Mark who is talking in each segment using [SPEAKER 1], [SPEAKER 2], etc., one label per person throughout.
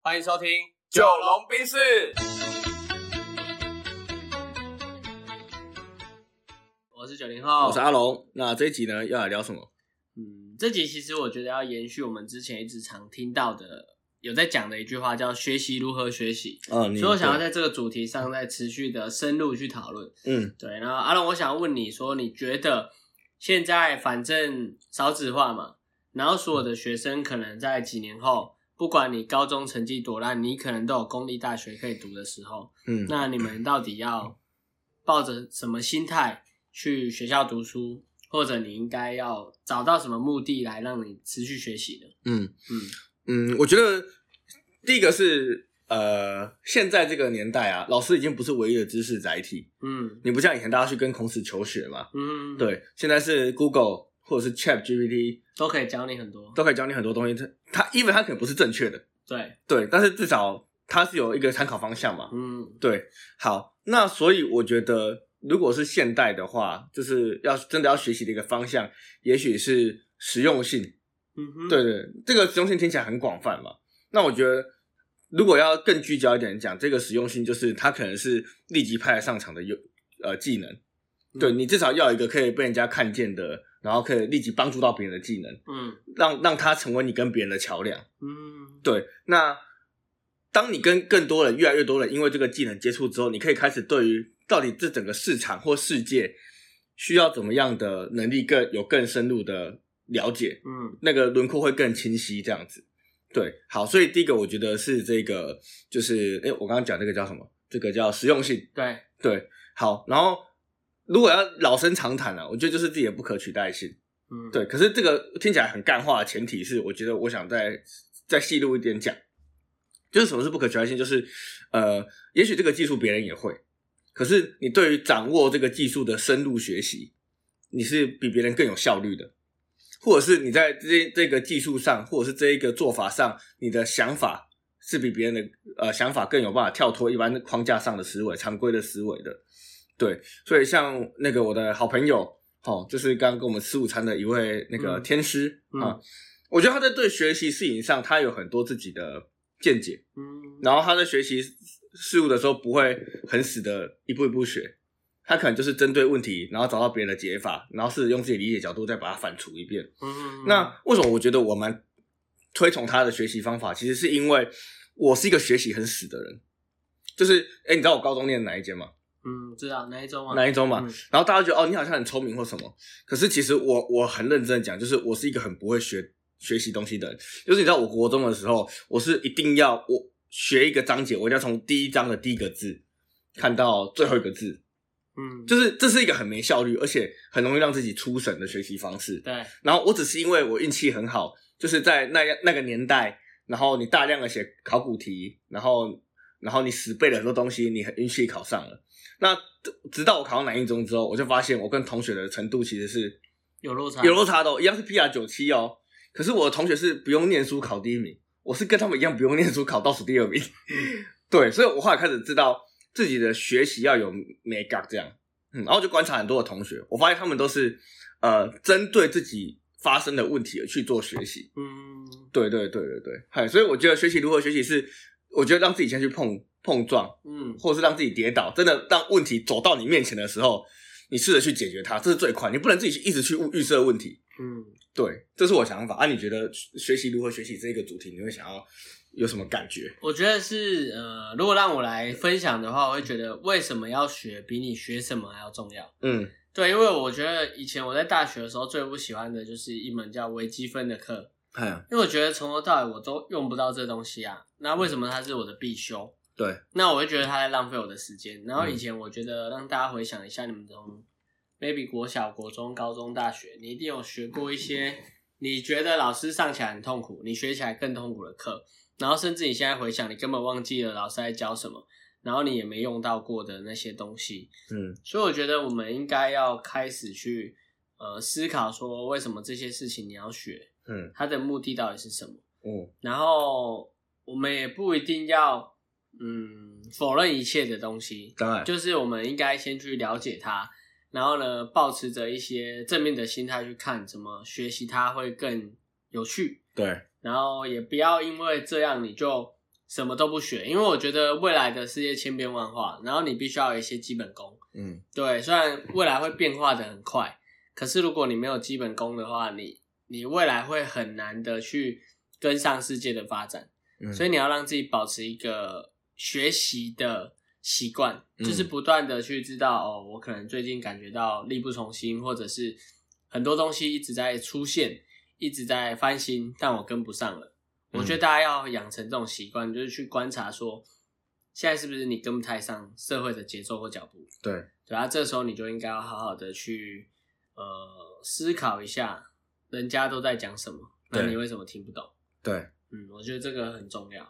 [SPEAKER 1] 欢迎收听《
[SPEAKER 2] 九龙冰室。
[SPEAKER 1] 我是九零后，
[SPEAKER 2] 我是阿龙。那这一集呢，要来聊什么？
[SPEAKER 1] 嗯，这集其实我觉得要延续我们之前一直常听到的，有在讲的一句话叫“学习如何学习”，
[SPEAKER 2] 嗯，
[SPEAKER 1] 所以我想要在这个主题上再持续的深入去讨论。
[SPEAKER 2] 嗯，
[SPEAKER 1] 对，然后阿龙，我想问你说，你觉得现在反正少子化嘛，然后所有的学生可能在几年后，不管你高中成绩多烂，你可能都有公立大学可以读的时候，
[SPEAKER 2] 嗯，
[SPEAKER 1] 那你们到底要抱着什么心态去学校读书，或者你应该要找到什么目的来让你持续学习呢？
[SPEAKER 2] 嗯
[SPEAKER 1] 嗯
[SPEAKER 2] 嗯，我觉得第一个是呃，现在这个年代啊，老师已经不是唯一的知识载体。
[SPEAKER 1] 嗯
[SPEAKER 2] 你不像以前大家去跟孔子求学嘛，
[SPEAKER 1] 嗯，，
[SPEAKER 2] 对，现在是 Google 或者是 Chat GPT
[SPEAKER 1] 都可以教你很多。
[SPEAKER 2] 都可以教你很多东西。它它 even 它可能不是正确的，
[SPEAKER 1] 对，
[SPEAKER 2] 对，但是至少它是有一个参考方向嘛。
[SPEAKER 1] 嗯
[SPEAKER 2] 对，好，那所以我觉得，如果是现代的话，就是要真的要学习的一个方向，也许是实用性。
[SPEAKER 1] 嗯哼，
[SPEAKER 2] 对对，这个实用性听起来很广泛嘛。那我觉得，如果要更聚焦一点讲，这个实用性就是它可能是立即派得上场的有呃技能。对你至少要有一个可以被人家看见的，然后可以立即帮助到别人的技能，
[SPEAKER 1] 嗯
[SPEAKER 2] 让让它成为你跟别人的桥梁。
[SPEAKER 1] 嗯
[SPEAKER 2] 对，那当你跟更多人、越来越多人因为这个技能接触之后，你可以开始对于到底这整个市场或世界需要怎么样的能力更有更深入的了解，
[SPEAKER 1] 嗯
[SPEAKER 2] 那个轮廓会更清晰，这样子。对，好，所以第一个我觉得是这个，就是诶，我刚刚讲这个叫什么？这个叫实用性。
[SPEAKER 1] 对，
[SPEAKER 2] 对，好，然后如果要老生常谈啊，我觉得就是自己的不可取代性。
[SPEAKER 1] 嗯
[SPEAKER 2] 对，可是这个听起来很干话的前提是，我觉得我想再再细入一点讲，就是什么是不可取代性，就是呃，也许这个技术别人也会，可是你对于掌握这个技术的深入学习，你是比别人更有效率的，或者是你在这这个技术上，或者是这一个做法上，你的想法是比别人的呃想法更有办法跳脱一般框架上的思维、常规的思维的。对，所以像那个我的好朋友，哦，就是刚刚跟我们吃午餐的一位那个
[SPEAKER 1] 嗯
[SPEAKER 2] 天师、
[SPEAKER 1] 嗯
[SPEAKER 2] 啊，我觉得他在对学习事情上，他有很多自己的见解，
[SPEAKER 1] 嗯
[SPEAKER 2] 然后他在学习事物的时候不会很死的一步一步学，他可能就是针对问题，然后找到别人的解法，然后试着用自己理解角度再把它反刍一遍。
[SPEAKER 1] 嗯
[SPEAKER 2] 那为什么我觉得我蛮推崇他的学习方法？其实是因为我是一个学习很死的人，就是哎、诶你知道我高中念哪一间吗？
[SPEAKER 1] 嗯知道哪一种啊？
[SPEAKER 2] 哪一中嘛？
[SPEAKER 1] 嗯
[SPEAKER 2] 然后大家觉得哦，你好像很聪明或什么，可是其实我我很认真的讲，就是我是一个很不会学学习东西的人。就是你知道，我国中的时候，我是一定要我学一个章节，我一定要从第一章的第一个字看到最后一个字，
[SPEAKER 1] 嗯
[SPEAKER 2] 就是这是一个很没效率，而且很容易让自己出神的学习方式。
[SPEAKER 1] 对，
[SPEAKER 2] 然后我只是因为我运气很好，就是在那样那个年代，然后你大量的写考古题，然后然后你死背了很多东西，你很运气考上了。那直到我考到南一中之后，我就发现我跟同学的程度其实是
[SPEAKER 1] 有落差，
[SPEAKER 2] 有落差的、哦，一样是 PR 九七哦，可是我的同学是不用念书考第一名，我是跟他们一样不用念书考倒数第二名。对，所以我后来开始知道自己的学习要有 make up 这样，嗯，然后我就观察很多的同学，我发现他们都是呃针对自己发生的问题而去做学习。
[SPEAKER 1] 嗯
[SPEAKER 2] 对对对对对，嗨，所以我觉得学习如何学习是，我觉得让自己先去碰碰撞，
[SPEAKER 1] 嗯
[SPEAKER 2] 或者是让自己跌倒，真的让问题走到你面前的时候，你试着去解决它，这是最快。你不能自己去一直去预设问题。
[SPEAKER 1] 嗯，
[SPEAKER 2] 对，这是我想法啊。你觉得学习如何学习这个主题，你会想要有什么感觉？
[SPEAKER 1] 我觉得是呃，如果让我来分享的话，我会觉得为什么要学比你学什么还要重要。
[SPEAKER 2] 嗯
[SPEAKER 1] 对，因为我觉得以前我在大学的时候最不喜欢的就是一门叫微积分的课，
[SPEAKER 2] 嗯，
[SPEAKER 1] 因为我觉得从头到尾我都用不到这东西啊。那为什么它是我的必修？
[SPEAKER 2] 对，
[SPEAKER 1] 那我会觉得它在浪费我的时间。然后以前我觉得让大家回想一下，你们从 maybe 国小、国中、高中、大学，你一定有学过一些你觉得老师上起来很痛苦，你学起来更痛苦的课，然后甚至你现在回想，你根本忘记了老师在教什么，然后你也没用到过的那些东西。
[SPEAKER 2] 嗯
[SPEAKER 1] 所以我觉得我们应该要开始去呃思考，说为什么这些事情你要学，
[SPEAKER 2] 嗯
[SPEAKER 1] 它的目的到底是什么。
[SPEAKER 2] 嗯
[SPEAKER 1] 然后我们也不一定要嗯否认一切的东西，
[SPEAKER 2] 当然，
[SPEAKER 1] 就是我们应该先去了解它，然后呢，保持着一些正面的心态去看，怎么学习它会更有趣。
[SPEAKER 2] 对，
[SPEAKER 1] 然后也不要因为这样你就什么都不学，因为我觉得未来的世界千变万化，然后你必须要有一些基本功。
[SPEAKER 2] 嗯，
[SPEAKER 1] 对，虽然未来会变化的很快，可是如果你没有基本功的话，你你未来会很难的去跟上世界的发展。
[SPEAKER 2] 嗯
[SPEAKER 1] 所以你要让自己保持一个学习的习惯，
[SPEAKER 2] 嗯
[SPEAKER 1] 就是不断的去知道哦，我可能最近感觉到力不从心，或者是很多东西一直在出现，一直在翻新，但我跟不上了。
[SPEAKER 2] 嗯
[SPEAKER 1] 我觉得大家要养成这种习惯，就是去观察说，现在是不是你跟不太上社会的节奏或脚步。
[SPEAKER 2] 对，
[SPEAKER 1] 对啊，这时候你就应该要好好的去呃思考一下，人家都在讲什么，那
[SPEAKER 2] 对
[SPEAKER 1] 你为什么听不懂？
[SPEAKER 2] 对，
[SPEAKER 1] 嗯，我觉得这个很重要。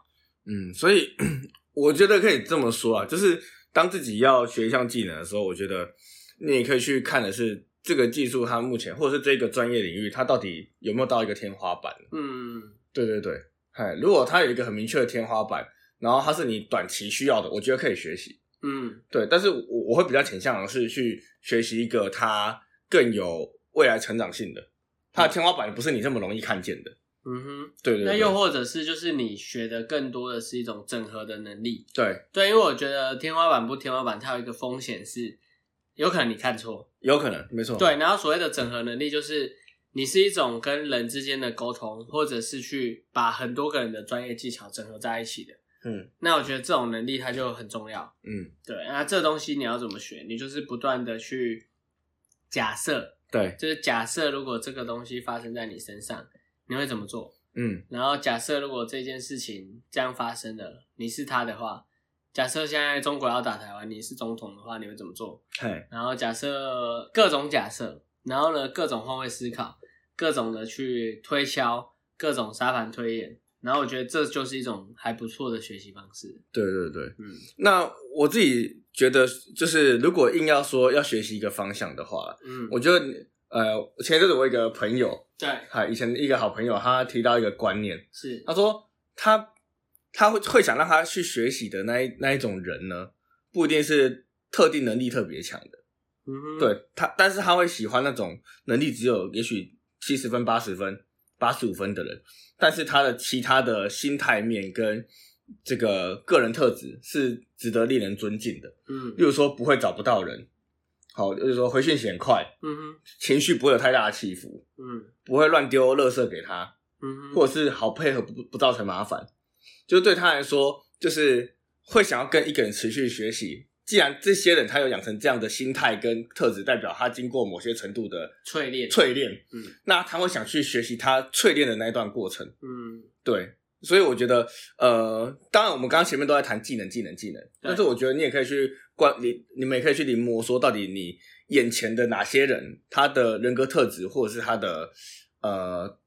[SPEAKER 2] 嗯，所以 我觉得可以这么说啊，就是当自己要学一项技能的时候，我觉得你也可以去看的是这个技术它目前或者是这个专业领域它到底有没有到一个天花板。
[SPEAKER 1] 嗯，
[SPEAKER 2] 对对对，嗨，如果它有一个很明确的天花板，然后它是你短期需要的，我觉得可以学习。
[SPEAKER 1] 嗯，
[SPEAKER 2] 对，但是我我会比较倾向的是去学习一个它更有未来成长性的，它的天花板不是你这么容易看见的。
[SPEAKER 1] 嗯哼，
[SPEAKER 2] 对对对，
[SPEAKER 1] 嗯那又或者是就是你学的更多的是一种整合的能力，
[SPEAKER 2] 对，
[SPEAKER 1] 对，因为我觉得天花板不天花板，它有一个风险是，有可能你看错，
[SPEAKER 2] 有可能，没错。
[SPEAKER 1] 对，然后所谓的整合能力就是你是一种跟人之间的沟通，或者是去把很多个人的专业技巧整合在一起的，
[SPEAKER 2] 嗯
[SPEAKER 1] 那我觉得这种能力它就很重要，
[SPEAKER 2] 嗯，
[SPEAKER 1] 对，那这东西你要怎么学？你就是不断的去假设，
[SPEAKER 2] 对，
[SPEAKER 1] 就是假设如果这个东西发生在你身上，你会怎么做？
[SPEAKER 2] 嗯
[SPEAKER 1] 然后假设如果这件事情这样发生了，你是他的话，假设现在中国要打台湾，你是总统的话，你会怎么做？
[SPEAKER 2] 嘿。
[SPEAKER 1] 然后假设各种假设，然后呢各种换位思考，各种的去推敲，各种沙盘推演，然后我觉得这就是一种还不错的学习方式。
[SPEAKER 2] 对对对，
[SPEAKER 1] 嗯
[SPEAKER 2] 那我自己觉得，就是如果硬要说要学习一个方向的话，
[SPEAKER 1] 嗯，
[SPEAKER 2] 我觉得，呃，前一阵子我有一个朋友，
[SPEAKER 1] 对
[SPEAKER 2] 哈，以前一个好朋友，他提到一个观念，
[SPEAKER 1] 是
[SPEAKER 2] 他说他他会会想让他去学习的那一那一种人呢，不一定是特定能力特别强的，
[SPEAKER 1] 嗯哼，
[SPEAKER 2] 对他，但是他会喜欢那种能力只有也许七十分、八十分、八十五分的人，但是他的其他的心态面跟这个个人特质是值得令人尊敬的。
[SPEAKER 1] 嗯
[SPEAKER 2] 例如说，不会找不到人，好，例如说回讯息很快，
[SPEAKER 1] 嗯哼
[SPEAKER 2] 情绪不会有太大的起伏，
[SPEAKER 1] 嗯
[SPEAKER 2] 不会乱丢垃圾给他，
[SPEAKER 1] 嗯哼，
[SPEAKER 2] 或者是好配合不不造成麻烦。就是对他来说，就是会想要跟一个人持续学习。既然这些人他有养成这样的心态跟特质，代表他经过某些程度的
[SPEAKER 1] 淬炼
[SPEAKER 2] 淬炼，
[SPEAKER 1] 嗯
[SPEAKER 2] 那他会想去学习他淬炼的那一段过程。
[SPEAKER 1] 嗯
[SPEAKER 2] 对，所以我觉得，呃，当然我们刚刚前面都在谈技能、技能、技能，但是我觉得你也可以去观，你你们也可以去临摹，说到底你眼前的哪些人，他的人格特质或者是他的呃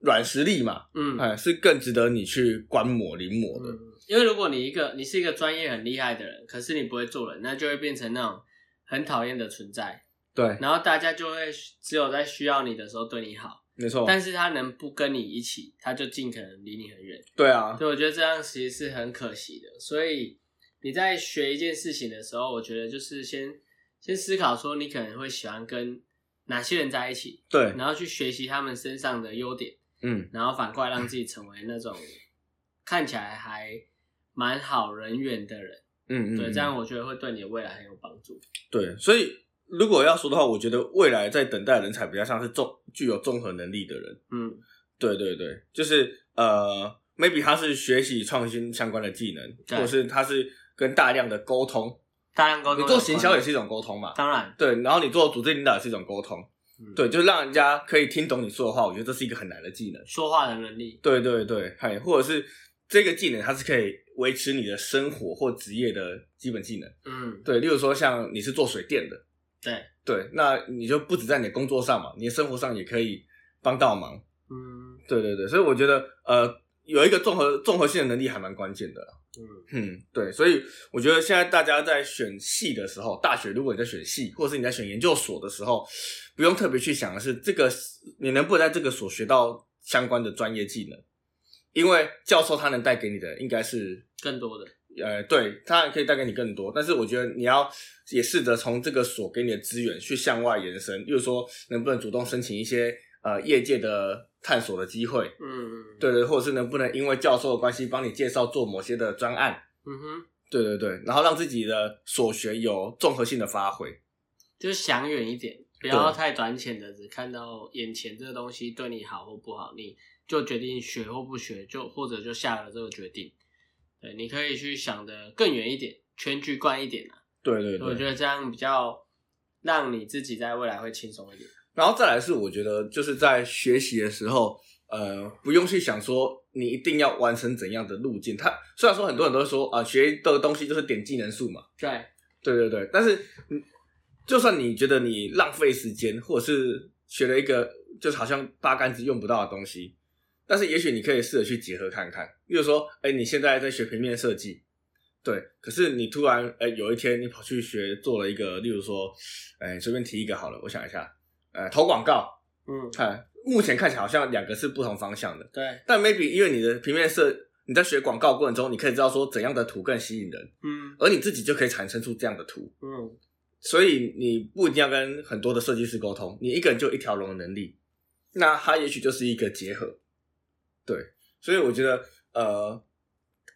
[SPEAKER 2] 软实力嘛，
[SPEAKER 1] 嗯
[SPEAKER 2] 哎、是更值得你去观摩、临摹的。
[SPEAKER 1] 嗯，因为如果你一个你是一个专业很厉害的人，可是你不会做人，那就会变成那种很讨厌的存在，
[SPEAKER 2] 对，
[SPEAKER 1] 然后大家就会只有在需要你的时候对你好，
[SPEAKER 2] 没错，
[SPEAKER 1] 但是他能不跟你一起，他就尽可能离你很远。
[SPEAKER 2] 对啊，
[SPEAKER 1] 对，我觉得这样其实是很可惜的。所以你在学一件事情的时候，我觉得就是先先思考说你可能会喜欢跟哪些人在一起，
[SPEAKER 2] 对，
[SPEAKER 1] 然后去学习他们身上的优点，
[SPEAKER 2] 嗯，
[SPEAKER 1] 然后反过来让自己成为那种看起来还蛮好人缘的人。
[SPEAKER 2] 嗯嗯，
[SPEAKER 1] 对，
[SPEAKER 2] 嗯
[SPEAKER 1] 这样我觉得会对你的未来很有帮助。
[SPEAKER 2] 对，所以。如果要说的话，我觉得未来在等待的人才比较像是综具有综合能力的人，
[SPEAKER 1] 嗯
[SPEAKER 2] 对对对，就是呃，maybe 他是学习创新相关的技能，
[SPEAKER 1] 对
[SPEAKER 2] 或者是他是跟大量的沟通，
[SPEAKER 1] 大量沟通
[SPEAKER 2] 你
[SPEAKER 1] 有关，
[SPEAKER 2] 做行销也是一种沟通嘛，
[SPEAKER 1] 当然，
[SPEAKER 2] 对，然后你做组织领导也是一种沟通，
[SPEAKER 1] 嗯，
[SPEAKER 2] 对，就是让人家可以听懂你说的话，我觉得这是一个很难的技能，
[SPEAKER 1] 说话的能力，
[SPEAKER 2] 对对对，还或者是这个技能它是可以维持你的生活或职业的基本技能，
[SPEAKER 1] 嗯，
[SPEAKER 2] 对，例如说像你是做水电的，
[SPEAKER 1] 对，
[SPEAKER 2] 对，那你就不止在你的工作上嘛，你的生活上也可以帮到忙，
[SPEAKER 1] 嗯
[SPEAKER 2] 对对对，所以我觉得呃，有一个综合综合性的能力还蛮关键的啦。
[SPEAKER 1] 嗯
[SPEAKER 2] 嗯，对，所以我觉得现在大家在选系的时候，大学如果你在选系，或者是你在选研究所的时候，不用特别去想的是这个你能不能在这个所学到相关的专业技能，因为教授他能带给你的应该是
[SPEAKER 1] 更多的，
[SPEAKER 2] 呃，对，他可以带给你更多，但是我觉得你要也试着从这个所给你的资源去向外延伸，例如说能不能主动申请一些呃业界的探索的机会，
[SPEAKER 1] 嗯，，
[SPEAKER 2] 对对，或者是能不能因为教授的关系帮你介绍做某些的专案，
[SPEAKER 1] 嗯哼，
[SPEAKER 2] 对对对，然后让自己的所学有综合性的发挥。
[SPEAKER 1] 就是想远一点，不要太短浅的，只看到眼前这个东西对你好或不好，你就决定学或不学，就或者就下了这个决定。对，你可以去想的更远一点，全局观一点啊。
[SPEAKER 2] 对对
[SPEAKER 1] 我觉
[SPEAKER 2] 对，
[SPEAKER 1] 得这样比较让你自己在未来会轻松一点。
[SPEAKER 2] 然后再来是我觉得就是在学习的时候，呃，不用去想说你一定要完成怎样的路径。它虽然说很多人都会说啊、学的东西就是点技能树嘛，
[SPEAKER 1] 对，
[SPEAKER 2] 对对对，但是嗯就算你觉得你浪费时间，或者是学了一个就是好像八竿子用不到的东西，但是也许你可以试着去结合看看。比如说，哎，你现在在学平面设计，对，可是你突然哎有一天你跑去学做了一个，例如说，哎随便提一个好了，我想一下，呃，投广告，
[SPEAKER 1] 嗯，
[SPEAKER 2] 看目前看起来好像两个是不同方向的，
[SPEAKER 1] 对，
[SPEAKER 2] 但 maybe 因为你的平面设你在学广告过程中，你可以知道说怎样的图更吸引人，
[SPEAKER 1] 嗯
[SPEAKER 2] 而你自己就可以产生出这样的图。
[SPEAKER 1] 嗯，
[SPEAKER 2] 所以你不一定要跟很多的设计师沟通，你一个人就有一条龙的能力，那它也许就是一个结合。对，所以我觉得呃，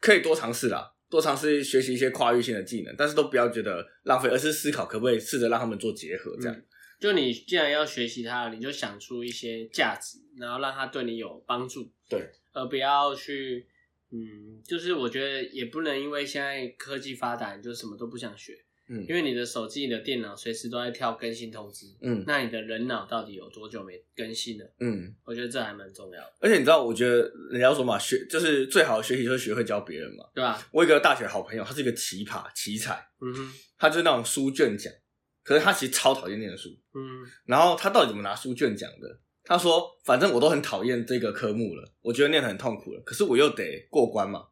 [SPEAKER 2] 可以多尝试啦，多尝试学习一些跨域性的技能，但是都不要觉得浪费，而是思考可不可以试着让他们做结合，这样。
[SPEAKER 1] 嗯就你既然要学习它，你就想出一些价值，然后让它对你有帮助。
[SPEAKER 2] 对，
[SPEAKER 1] 而不要去，嗯，就是我觉得也不能因为现在科技发达，你就什么都不想学，
[SPEAKER 2] 嗯
[SPEAKER 1] 因为你的手机、你的电脑随时都在跳更新通知，
[SPEAKER 2] 嗯
[SPEAKER 1] 那你的人脑到底有多久没更新了？
[SPEAKER 2] 嗯，
[SPEAKER 1] 我觉得这还蛮重要的，
[SPEAKER 2] 而且你知道，我觉得人家说嘛，学就是最好的学习就是学会教别人嘛。
[SPEAKER 1] 对吧？
[SPEAKER 2] 我有一个大学好朋友，他是一个奇葩奇才，
[SPEAKER 1] 嗯哼，
[SPEAKER 2] 他就是那种书卷奖，可是他其实超讨厌念书。
[SPEAKER 1] 嗯
[SPEAKER 2] 然后他到底怎么拿书卷奖的？他说：“反正我都很讨厌这个科目了，我觉得念得很痛苦了，可是我又得过关嘛。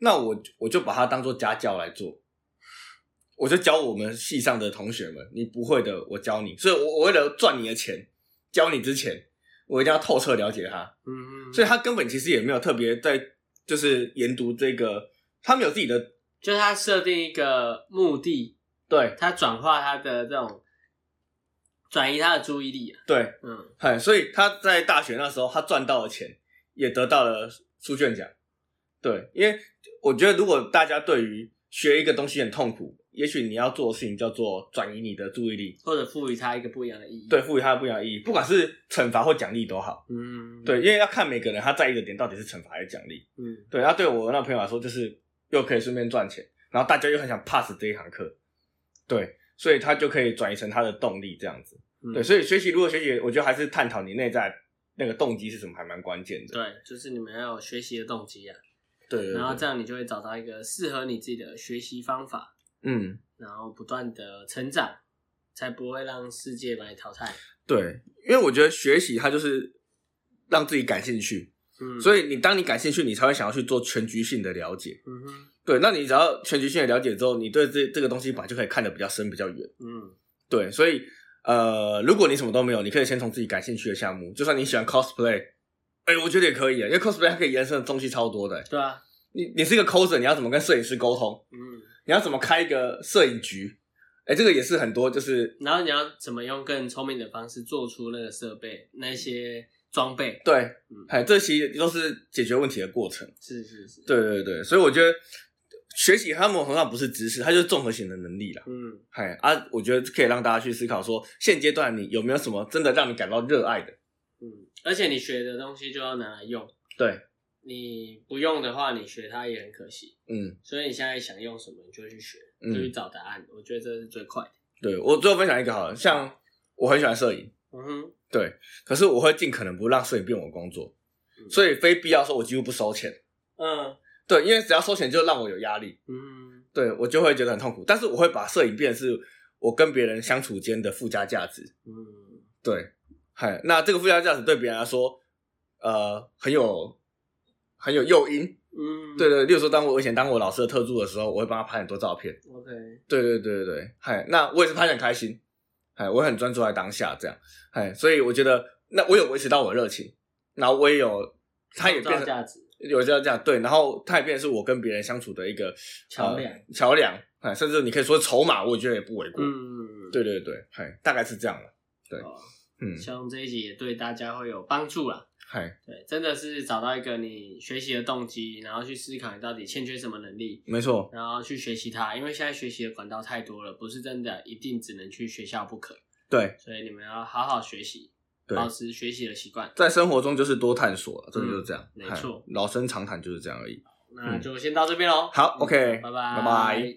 [SPEAKER 2] 那我我就把它当做家教来做，我就教我们系上的同学们，你不会的我教你。所以我，我为了赚你的钱，教你之前，我一定要透彻了解他。
[SPEAKER 1] 嗯嗯，
[SPEAKER 2] 所以，他根本其实也没有特别在就是研读这个，他们有自己的
[SPEAKER 1] 就是他设定一个目的，
[SPEAKER 2] 对
[SPEAKER 1] 他转化他的这种，转移他的注意力啊，
[SPEAKER 2] 对，
[SPEAKER 1] 嗯
[SPEAKER 2] 嗨，哎所以他在大学那时候，他赚到了钱，也得到了书卷奖。对，因为我觉得，如果大家对于学一个东西很痛苦，也许你要做的事情叫做转移你的注意力，
[SPEAKER 1] 或者赋予他一个不一样的意义，
[SPEAKER 2] 对，，赋予它不一样的意义，不管是惩罚或奖励都好。
[SPEAKER 1] 嗯，
[SPEAKER 2] 对，，因为要看每个人他在意的点到底是惩罚还是奖励。
[SPEAKER 1] 嗯
[SPEAKER 2] 对，那对我那朋友来说，就是又可以顺便赚钱，然后大家又很想 pass 这一堂课，对，所以他就可以转移成他的动力这样子。
[SPEAKER 1] 嗯
[SPEAKER 2] 对，所以学习如果学习，我觉得还是探讨你内在那个动机是什么，还蛮关键的。
[SPEAKER 1] 对，就是你们要有学习的动机啊。
[SPEAKER 2] 对对对
[SPEAKER 1] 然后这样你就会找到一个适合你自己的学习方法，
[SPEAKER 2] 嗯，
[SPEAKER 1] 然后不断的成长，才不会让世界把你淘汰。
[SPEAKER 2] 对，因为我觉得学习它就是让自己感兴趣，
[SPEAKER 1] 嗯，以
[SPEAKER 2] 所以你当你感兴趣，你才会想要去做全局性的了解。
[SPEAKER 1] 嗯哼，
[SPEAKER 2] 对，那你只要全局性的了解之后，你对这这个东西本来就可以看得比较深、比较远。
[SPEAKER 1] 嗯
[SPEAKER 2] 对，所以呃，如果你什么都没有，你可以先从自己感兴趣的项目，就算你喜欢 cosplay，哎、我觉得也可以啊，因为 cosplay 它可以延伸的东西超多的、
[SPEAKER 1] 对啊，
[SPEAKER 2] 你你是一个 coser，你要怎么跟摄影师沟通？
[SPEAKER 1] 嗯，
[SPEAKER 2] 你要怎么开一个摄影局？哎、这个也是很多，就是
[SPEAKER 1] 然后你要怎么用更聪明的方式做出那个设备、那些装备？
[SPEAKER 2] 对
[SPEAKER 1] 嗯，
[SPEAKER 2] 哎，这其实都是解决问题的过程。
[SPEAKER 1] 是是是，，
[SPEAKER 2] 对对对，所以我觉得学习他们很好，不是知识，它就是综合型的能力啦。
[SPEAKER 1] 嗯
[SPEAKER 2] 哎啊，我觉得可以让大家去思考说，现阶段你有没有什么真的让你感到热爱的？
[SPEAKER 1] 嗯，而且你学的东西就要拿来用，
[SPEAKER 2] 对，
[SPEAKER 1] 你不用的话，你学它也很可惜。
[SPEAKER 2] 嗯，
[SPEAKER 1] 所以你现在想用什么，你就去学，
[SPEAKER 2] 嗯
[SPEAKER 1] 就去找答案。我觉得这是最快的。
[SPEAKER 2] 对我最后分享一个好了，像我很喜欢摄影，
[SPEAKER 1] 嗯哼，
[SPEAKER 2] 对，可是我会尽可能不让摄影变我的工作，
[SPEAKER 1] 嗯
[SPEAKER 2] 所以非必要说我几乎不收钱。
[SPEAKER 1] 嗯
[SPEAKER 2] 对，因为只要收钱就让我有压力，
[SPEAKER 1] 嗯
[SPEAKER 2] 对我就会觉得很痛苦。但是我会把摄影变成是我跟别人相处间的附加价值。
[SPEAKER 1] 嗯
[SPEAKER 2] 对，嗨，那这个附加价值对别人来说，呃，很有很有诱因。
[SPEAKER 1] 嗯，
[SPEAKER 2] 对对，例如说，当我以前当我老师的特助的时候，我会帮他拍很多照片。
[SPEAKER 1] ，OK。
[SPEAKER 2] 对对对对对，嗨，那我也是拍得很开心，嗨，我很专注在当下这样，嗨，所以我觉得那我有维持到我的热情，然后我也有，他也
[SPEAKER 1] 创
[SPEAKER 2] 变
[SPEAKER 1] 造
[SPEAKER 2] 成
[SPEAKER 1] 价值，
[SPEAKER 2] 有这样这样对，然后它也变成是我跟别人相处的一个
[SPEAKER 1] 桥梁
[SPEAKER 2] 呃桥梁，哎，甚至你可以说筹码，我觉得也不为过。
[SPEAKER 1] 嗯，
[SPEAKER 2] 对对对，哎，大概是这样了。对
[SPEAKER 1] 哦，
[SPEAKER 2] 嗯，
[SPEAKER 1] 希望这一集也对大家会有帮助啦。
[SPEAKER 2] 嗨，
[SPEAKER 1] 对，真的是找到一个你学习的动机，然后去思考你到底欠缺什么能力，
[SPEAKER 2] 没错，
[SPEAKER 1] 然后去学习它。因为现在学习的管道太多了，不是真的一定只能去学校不可，
[SPEAKER 2] 对，
[SPEAKER 1] 所以你们要好好学习，
[SPEAKER 2] 对
[SPEAKER 1] 保持学习的习惯。
[SPEAKER 2] 在生活中就是多探索了，真的就是这样，
[SPEAKER 1] 嗯没
[SPEAKER 2] 嗨
[SPEAKER 1] 错
[SPEAKER 2] 老生常谈就是这样而已。
[SPEAKER 1] 那就先到这边喽。
[SPEAKER 2] 嗯
[SPEAKER 1] 嗯
[SPEAKER 2] 好，OK，
[SPEAKER 1] 拜拜，
[SPEAKER 2] 拜拜。